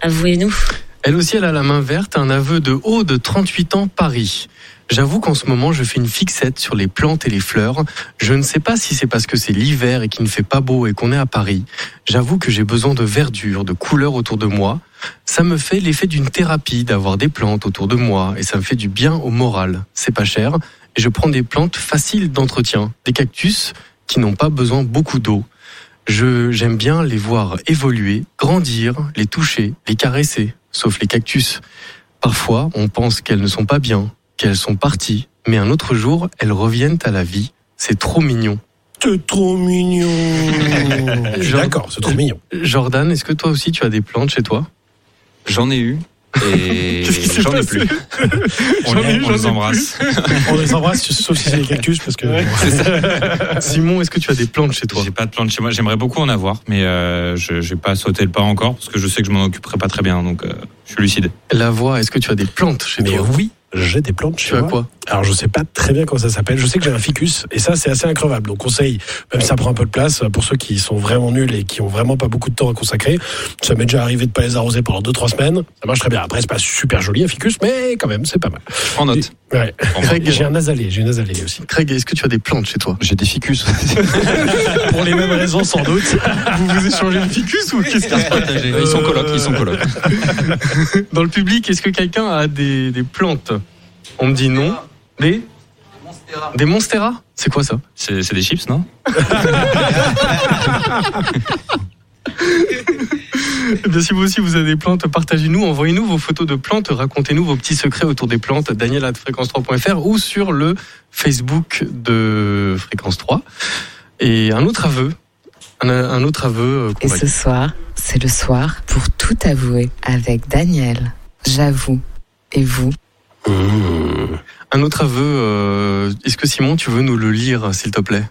Avouez-nous.
Elle aussi, elle a la main verte, un aveu de haut de 38 ans, Paris. J'avoue qu'en ce moment, je fais une fixette sur les plantes et les fleurs. Je ne sais pas si c'est parce que c'est l'hiver et qu'il ne fait pas beau et qu'on est à Paris. J'avoue que j'ai besoin de verdure, de couleurs autour de moi. Ça me fait l'effet d'une thérapie d'avoir des plantes autour de moi et ça me fait du bien au moral. C'est pas cher et je prends des plantes faciles d'entretien, des cactus qui n'ont pas besoin beaucoup d'eau. Je j'aime bien les voir évoluer, grandir, les toucher, les caresser, sauf les cactus. Parfois, on pense qu'elles ne sont pas bien, qu'elles sont parties, mais un autre jour, elles reviennent à la vie. C'est trop mignon.
T'es trop mignon. Je suis D'accord, c'est trop mignon.
Jordan, est-ce que toi aussi tu as des plantes chez toi
J'en ai eu. Et
Qu'est-ce qui s'est
j'en ai
passé
plus.
On,
J'en ai-
les- on
j'en ai
les embrasse.
On les embrasse, sauf si c'est les cactus, parce que.
Simon, est-ce que tu as des plantes chez toi
J'ai pas de plantes chez moi. J'aimerais beaucoup en avoir, mais euh, je j'ai pas sauté le pas encore parce que je sais que je m'en occuperai pas très bien. Donc, euh, je suis lucide.
La voix, est-ce que tu as des plantes chez
Mais
toi
oui, j'ai des plantes chez
Tu as
moi.
quoi
Alors, je sais pas très bien comment ça s'appelle. Je sais que j'ai un ficus et ça, c'est assez increvable. Donc, conseil, même si ça prend un peu de place, pour ceux qui sont vraiment nuls et qui ont vraiment pas beaucoup de temps à consacrer, ça m'est déjà arrivé de pas les arroser pendant 2-3 semaines. Ça marche très bien. Après, c'est pas super joli, un ficus, mais quand même, c'est pas mal.
En note.
Ouais.
En
Craig, j'ai un nasalé, j'ai un nasalé aussi.
Craig, est-ce que tu as des plantes chez toi
J'ai des ficus.
Pour les mêmes raisons, sans doute. Vous vous échangez le ficus ou qu'est-ce qui se passe
Ils sont colocs, ils sont colocs.
Dans le public, est-ce que quelqu'un a des, des plantes On me dit non. Des Des Monstera C'est quoi ça
C'est c'est des chips, non
Eh bien, si vous aussi vous avez des plantes, partagez-nous, envoyez-nous vos photos de plantes, racontez-nous vos petits secrets autour des plantes, daniel at fréquence3.fr ou sur le Facebook de Fréquence 3. Et un autre aveu, un, un autre aveu euh, qu'on
Et
va
ce soir, c'est le soir pour tout avouer avec Daniel. J'avoue. Et vous
Un autre aveu, euh, est-ce que Simon, tu veux nous le lire, s'il te plaît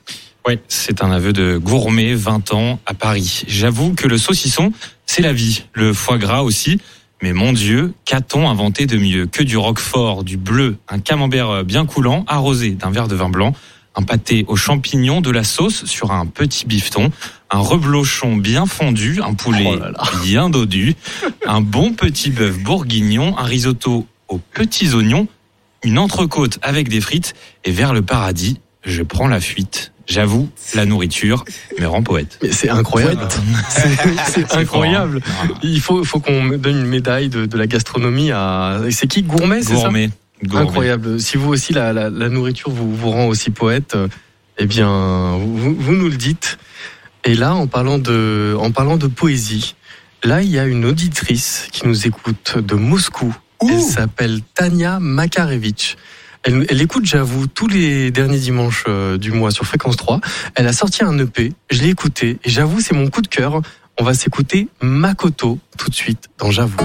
Oui, c'est un aveu de gourmet 20 ans à Paris. J'avoue que le saucisson, c'est la vie, le foie gras aussi. Mais mon Dieu, qu'a-t-on inventé de mieux que du roquefort, du bleu, un camembert euh, bien coulant, arrosé d'un verre de vin blanc, un pâté aux champignons, de la sauce sur un petit bifton, un reblochon bien fondu, un poulet bien dodu, un bon petit bœuf bourguignon, un risotto aux petits oignons, une entrecôte avec des frites et vers le paradis, je prends la fuite. J'avoue, la nourriture me rend poète.
Mais c'est incroyable. C'est- C'est
fort,
incroyable.
hein. Non, non.
Il faut, faut qu'on me donne une médaille de, de la gastronomie à. et C'est qui Gourmet, c'est ça
Gourmet. gourmet.
Incroyable. Si vous aussi, la, la- la nourriture vous, vous rend aussi poète, euh, eh bien, vous, vous nous le dites. Et là, en parlant de, en parlant de poésie, là, il y a une auditrice qui nous écoute de Moscou. Elle s'appelle Tania Makarevitch. Elle, elle écoute, j'avoue, tous les derniers dimanches euh, du mois sur Fréquence 3. Elle a sorti un EP, je l'ai écouté, et j'avoue, c'est mon coup de cœur. On va s'écouter Makoto tout de suite dans J'avoue.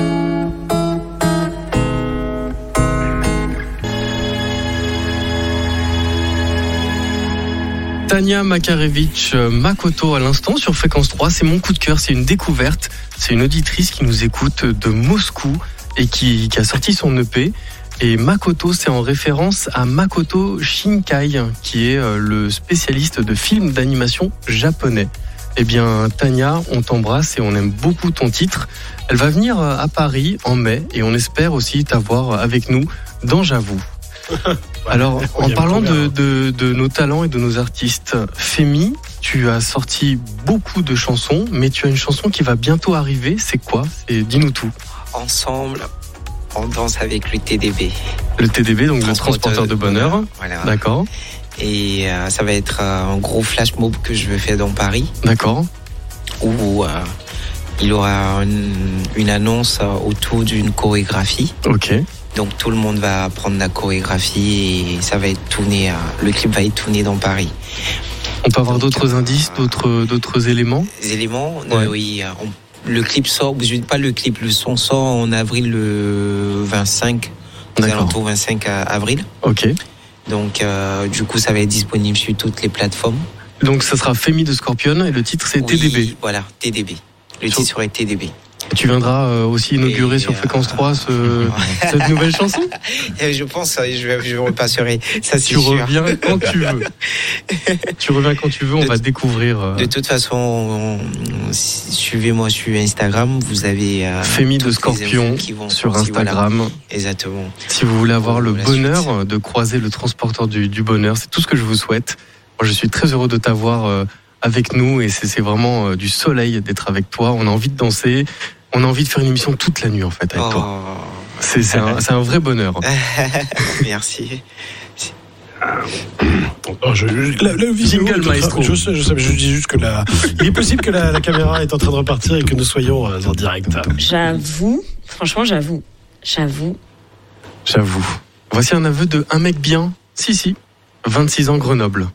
Tania Makarevich euh, Makoto à l'instant sur Fréquence 3. C'est mon coup de cœur, c'est une découverte. C'est une auditrice qui nous écoute de Moscou et qui, qui a sorti son EP. Et Makoto, c'est en référence à Makoto Shinkai, qui est euh, le spécialiste de films d'animation japonais. Eh bien, Tania, on t'embrasse et on aime beaucoup ton titre. Elle va venir euh, à Paris en mai et on espère aussi t'avoir avec nous dans J'avoue. Alors,
on
en
y a
parlant
combien,
de,
hein
de- de nos talents et de nos artistes, Femi, tu as sorti beaucoup de chansons, mais tu as une chanson qui va bientôt arriver. C'est quoi C'est- Dis-nous tout.
Ensemble, on danse avec le TDB.
Le TDB, donc le transporteur de bonheur.
Voilà.
D'accord,
Et euh, ça va être euh, un gros flash mob que je vais faire dans Paris
d'accord.
où euh, il y aura une, une annonce euh, autour d'une chorégraphie.
Ok,
Donc tout le monde va prendre la chorégraphie et ça va être tourné. euh, le clip va être tourné dans Paris.
on peut avoir d'autres indices, d'autres d'autres éléments
Les éléments,
Ouais.
euh, oui. euh, on- le clip sort, je dis pas le clip, le son sort en avril le 25, aux
D'accord.
alentours 25 à- avril.
Ok.
Donc euh, du coup, ça va être disponible sur toutes les plateformes.
Donc ça sera Femi de Scorpion et le titre c'est
Oui,
TDB.
Voilà, TDB. Le
Sur-
titre serait TDB.
Tu viendras euh, aussi inaugurer
Et,
sur
euh,
Fréquence 3 ce- cette nouvelle chanson
Et je pense, euh, je, vais- je repasserai. Ça, c'est
Tu
sûr.
reviens quand tu veux. tu reviens quand tu veux, on
De
va
t-
découvrir euh,
De toute façon, on- si- suivez-moi sur Instagram. Vous avez euh,
Femi de
toutes les
Scorpion
infos qui vont
sur
sortir, voilà.
Instagram.
Exactement.
Si vous voulez avoir le
La
bonheur euh, de croiser le transporteur du, du bonheur, c'est tout ce que je vous souhaite. Moi, je suis très heureux de t'avoir euh, avec nous et c'est c'est vraiment euh, du soleil d'être avec toi. On a envie de danser, on a envie de faire une émission toute la nuit en fait avec toi.
Oh,
C'est c'est un, c'est un vrai bonheur.
merci.
Oh, je- je- la- la vidéo
Jingle
est en train-
maestro.
Je sais, je sais, mais je dis juste que la, il est possible que la, la caméra est en train de repartir et que nous soyons euh, en direct.
J'avoue, franchement, j'avoue. J'avoue.
J'avoue. Voici un aveu de un mec bien. Si, si. 26 ans Grenoble.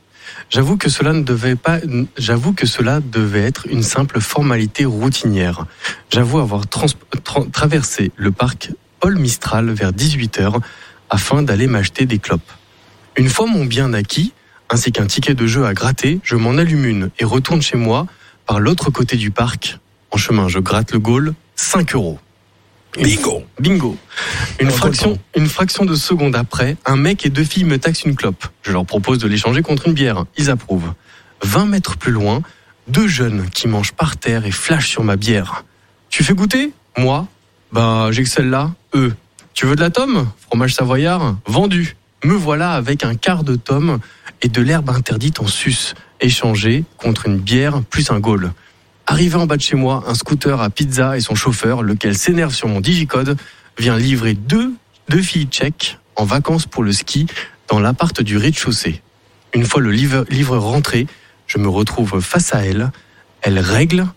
J'avoue que cela ne devait pas, j'avoue que cela devait être une simple formalité routinière. J'avoue avoir trans- tra- traversé le parc Paul Mistral vers 18 h afin d'aller m'acheter des clopes. Une fois mon bien acquis, ainsi qu'un ticket de jeu à gratter, je m'en allume une et retourne chez moi par l'autre côté du parc. En chemin, je gratte le Gaulle, 5 euros.
Bingo
Bingo. Une
On va
fraction, une fraction de seconde après, un mec et deux filles me taxent une clope. Je leur propose de l'échanger contre une bière. Ils approuvent. 20 mètres plus loin, deux jeunes qui mangent par terre et flashent sur ma bière. Tu fais goûter Moi Bah, j'ai que celle-là. Eux. Tu veux de la tome Fromage savoyard Vendu. Me voilà avec un quart de tome et de l'herbe interdite en sus, échangée contre une bière plus un gaule. Arrivé en bas de chez moi, un scooter à pizza et son chauffeur, lequel s'énerve sur mon digicode, vient livrer deux, deux filles tchèques en vacances pour le ski dans l'appart du rez-de-chaussée. Une fois le livre- livreur rentré, je me retrouve face à elles. Elles règlent,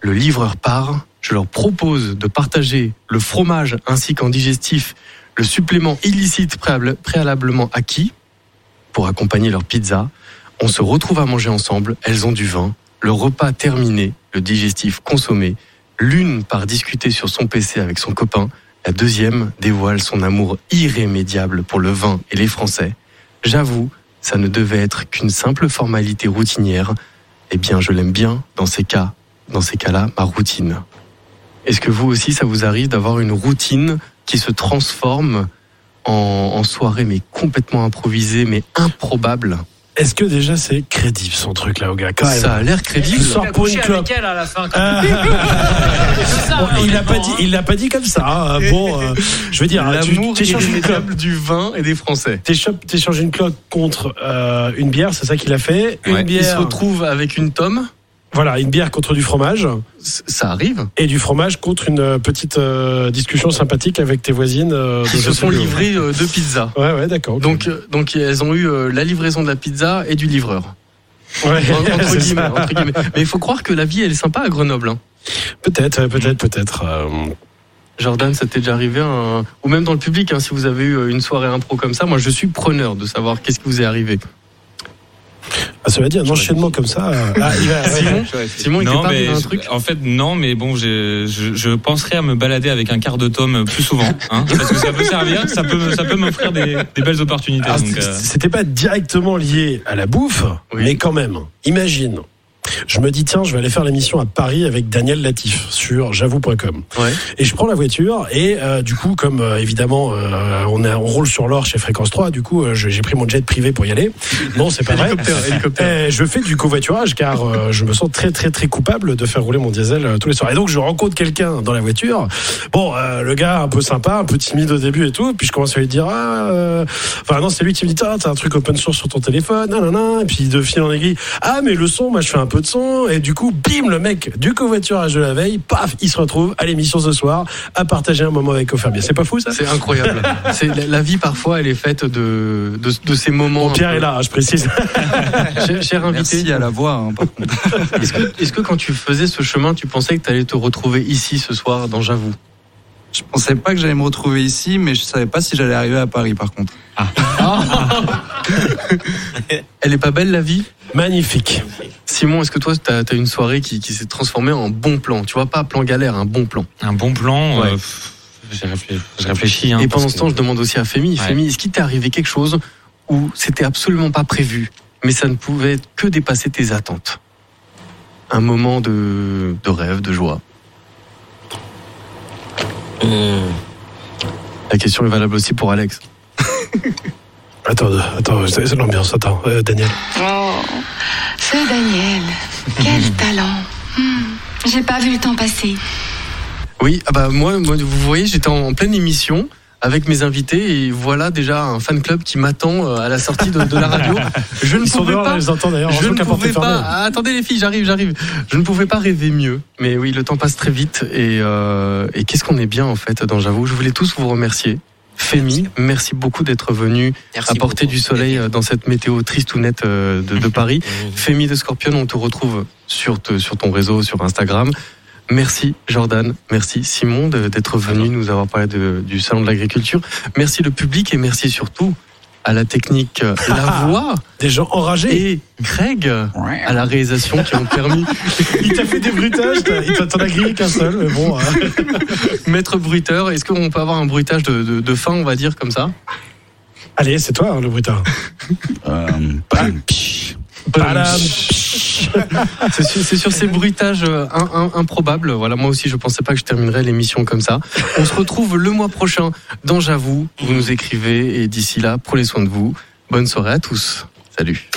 le livreur part, je leur propose de partager le fromage ainsi qu'en digestif le supplément illicite préable- préalablement acquis pour accompagner leur pizza. On se retrouve à manger ensemble, elles ont du vin, le repas terminé, le digestif consommé, l'une part discuter sur son PC avec son copain, la deuxième dévoile son amour irrémédiable pour le vin et les Français. J'avoue, ça ne devait être qu'une simple formalité routinière. Eh bien, je l'aime bien dans ces cas, dans ces cas-là, ma routine. Est-ce que vous aussi, ça vous arrive d'avoir une routine qui se transforme en, en soirée, mais complètement improvisée, mais improbable
Est-ce que déjà c'est crédible son truc là, au gars quand même
Ça a l'air crédible.
Tu sors pour une clope. Ah.
hein,
Bon, il l'a pas dit, il l'a pas dit comme ça. hein. Bon, euh, je veux dire, tu
L'amour
t'échanges une clope,
irrémédiable du vin et des Français.
t'échopes- t'échanges une clope contre euh, une bière, c'est ça qu'il a fait. Une
Ouais. Il se
bière,
retrouve avec une tome,
voilà, une bière contre du fromage
c- ça arrive.
et du fromage contre une euh, petite euh, discussion sympathique avec tes voisines. euh, de
Ils se
cette
sont
rue.
livrés euh, deux pizzas.
Ouais, ouais, d'accord.
Donc, euh, donc elles ont eu euh, la livraison de la pizza et du livreur.
Ouais,
Entre
c'est
guillemets, hein.
ça.
entre guillemets. Mais il faut croire que la vie, elle est sympa à Grenoble. hein.
Peut-être, ouais, peut-être, peut-être. euh,
Jordan, ça t'est déjà arrivé, hein, ou même dans le public, hein, si vous avez eu euh, une soirée impro comme ça, moi je suis preneur de savoir qu'est-ce qui vous est arrivé.
Ah, cela dit, un enchaînement comme ça. euh, ah, il va-
Simon, Simon, il t'est
non,
pas
mais
arrivé un
je-
truc
en fait, non, mais bon, j'ai- je, je penserai à me balader avec un quart de tome plus souvent, hein, parce que ça peut servir, ça peut, ça peut m'offrir des, des belles opportunités.
Ah,
Alors,
donc,
c-
euh,
Ah, C'était pas directement lié à la bouffe,
Oui.
mais quand même. Imagine. Je me dis, tiens, je vais aller faire l'émission à Paris avec Daniel Latif sur j'avoue.com.
Ouais.
Et je prends la voiture et euh, du coup, comme euh, évidemment, euh, on, a, on roule sur l'or chez Fréquence 3, du coup, euh, je- j'ai pris mon jet privé pour y aller. Non, c'est pas vrai. Euh, je fais du covoiturage car euh, je me sens très très très coupable de faire rouler mon diesel euh, tous les soirs. Et donc je rencontre quelqu'un dans la voiture. Bon, euh, le gars un peu sympa, un peu timide au début et tout. Puis je commence à lui dire, ah, euh, enfin non, c'est lui qui me dit, ah, t'as un truc open source sur ton téléphone, nan, nan, nan. Et puis de fil en aiguille, ah mais le son, moi je fais un peu de son. Et du coup, bim, le mec du covoiturage de la veille, paf, il se retrouve à l'émission ce soir à partager un moment avec Ofer. Bien, c'est pas fou ça
C'est incroyable. C'est- la, la vie, parfois, elle est faite de, de, de ces moments.
Bon, Pierre
un peu-
est là, hein, je précise.
Cher, cher invité,
Merci à la voix. hein, par contre.
est-ce que, est-ce que quand tu faisais ce chemin, tu pensais que tu allais te retrouver ici ce soir dans J'avoue
Je pensais pas que j'allais me retrouver ici, mais je savais pas si j'allais arriver à Paris par contre.
Elle est pas belle la vie
Magnifique.
Simon, est-ce que toi, t'as as une soirée qui, qui s'est transformée en bon plan Tu vois, pas plan galère, un bon plan.
un bon plan.
Ouais.
euh, pff, j'ai réfléchi- je réfléchis. hein,
Et pendant
parce
ce temps,
que-
je demande aussi à Fémi,
Ouais.
Fémi, est-ce qu'il t'est arrivé quelque chose où c'était absolument pas prévu, mais ça ne pouvait que dépasser tes attentes Un moment de, de rêve, de joie.
Hum,
La question est valable aussi pour Alex.
Attends, attends, c'est c'est l'ambiance. Attends, euh, Daniel.
Oh, ce Daniel, quel talent. Hmm, J'ai pas vu le temps passer.
Oui, ah bah moi, moi, vous voyez, j'étais en pleine émission avec mes invités et voilà déjà un fan club qui m'attend euh, à la sortie de, de la radio. Je ne
Ils sont
pouvais
dehors, on
pas.
les entend d'ailleurs.
Je
heureusement
ne
qu'à porte est
pouvais
fermée.
pas. Ah, attendez les filles, j'arrive, j'arrive. Je ne pouvais pas rêver mieux. Mais oui, le temps passe très vite et, euh, et qu'est-ce qu'on est bien en fait dans J'avoue. Je voulais tous vous remercier. Fémi, merci beaucoup d'être venu
merci
apporter
beaucoup.
du soleil euh, dans cette météo triste ou nette euh, de, de Paris.
Mm.
Fémi de Scorpion, on te retrouve sur, te- sur ton réseau, sur Instagram. Merci Jordan, merci Simon de- d'être venu nous avoir parlé de- du salon de l'agriculture. Merci le public et merci surtout à la technique euh, La Voix
Des gens enragés.
et Craig à la réalisation qui ont permis
Il t'a fait des bruitages, t'as- il t'a- t'en a grillé qu'un seul, mais bon. hein.
Maître Bruiteur. Est-ce qu'on peut avoir un bruitage de, de- de fin, on va dire comme ça
Allez, c'est toi hein, le bruitage.
Euh, bam, psh.
c'est sur, c'est sur ces bruitages euh, in- in- improbables. Voilà, moi aussi, je pensais pas que je terminerais l'émission comme ça. On se retrouve le mois prochain dans J'avoue. Vous nous écrivez et d'ici là, prenez soin de vous. Bonne soirée à tous. Salut.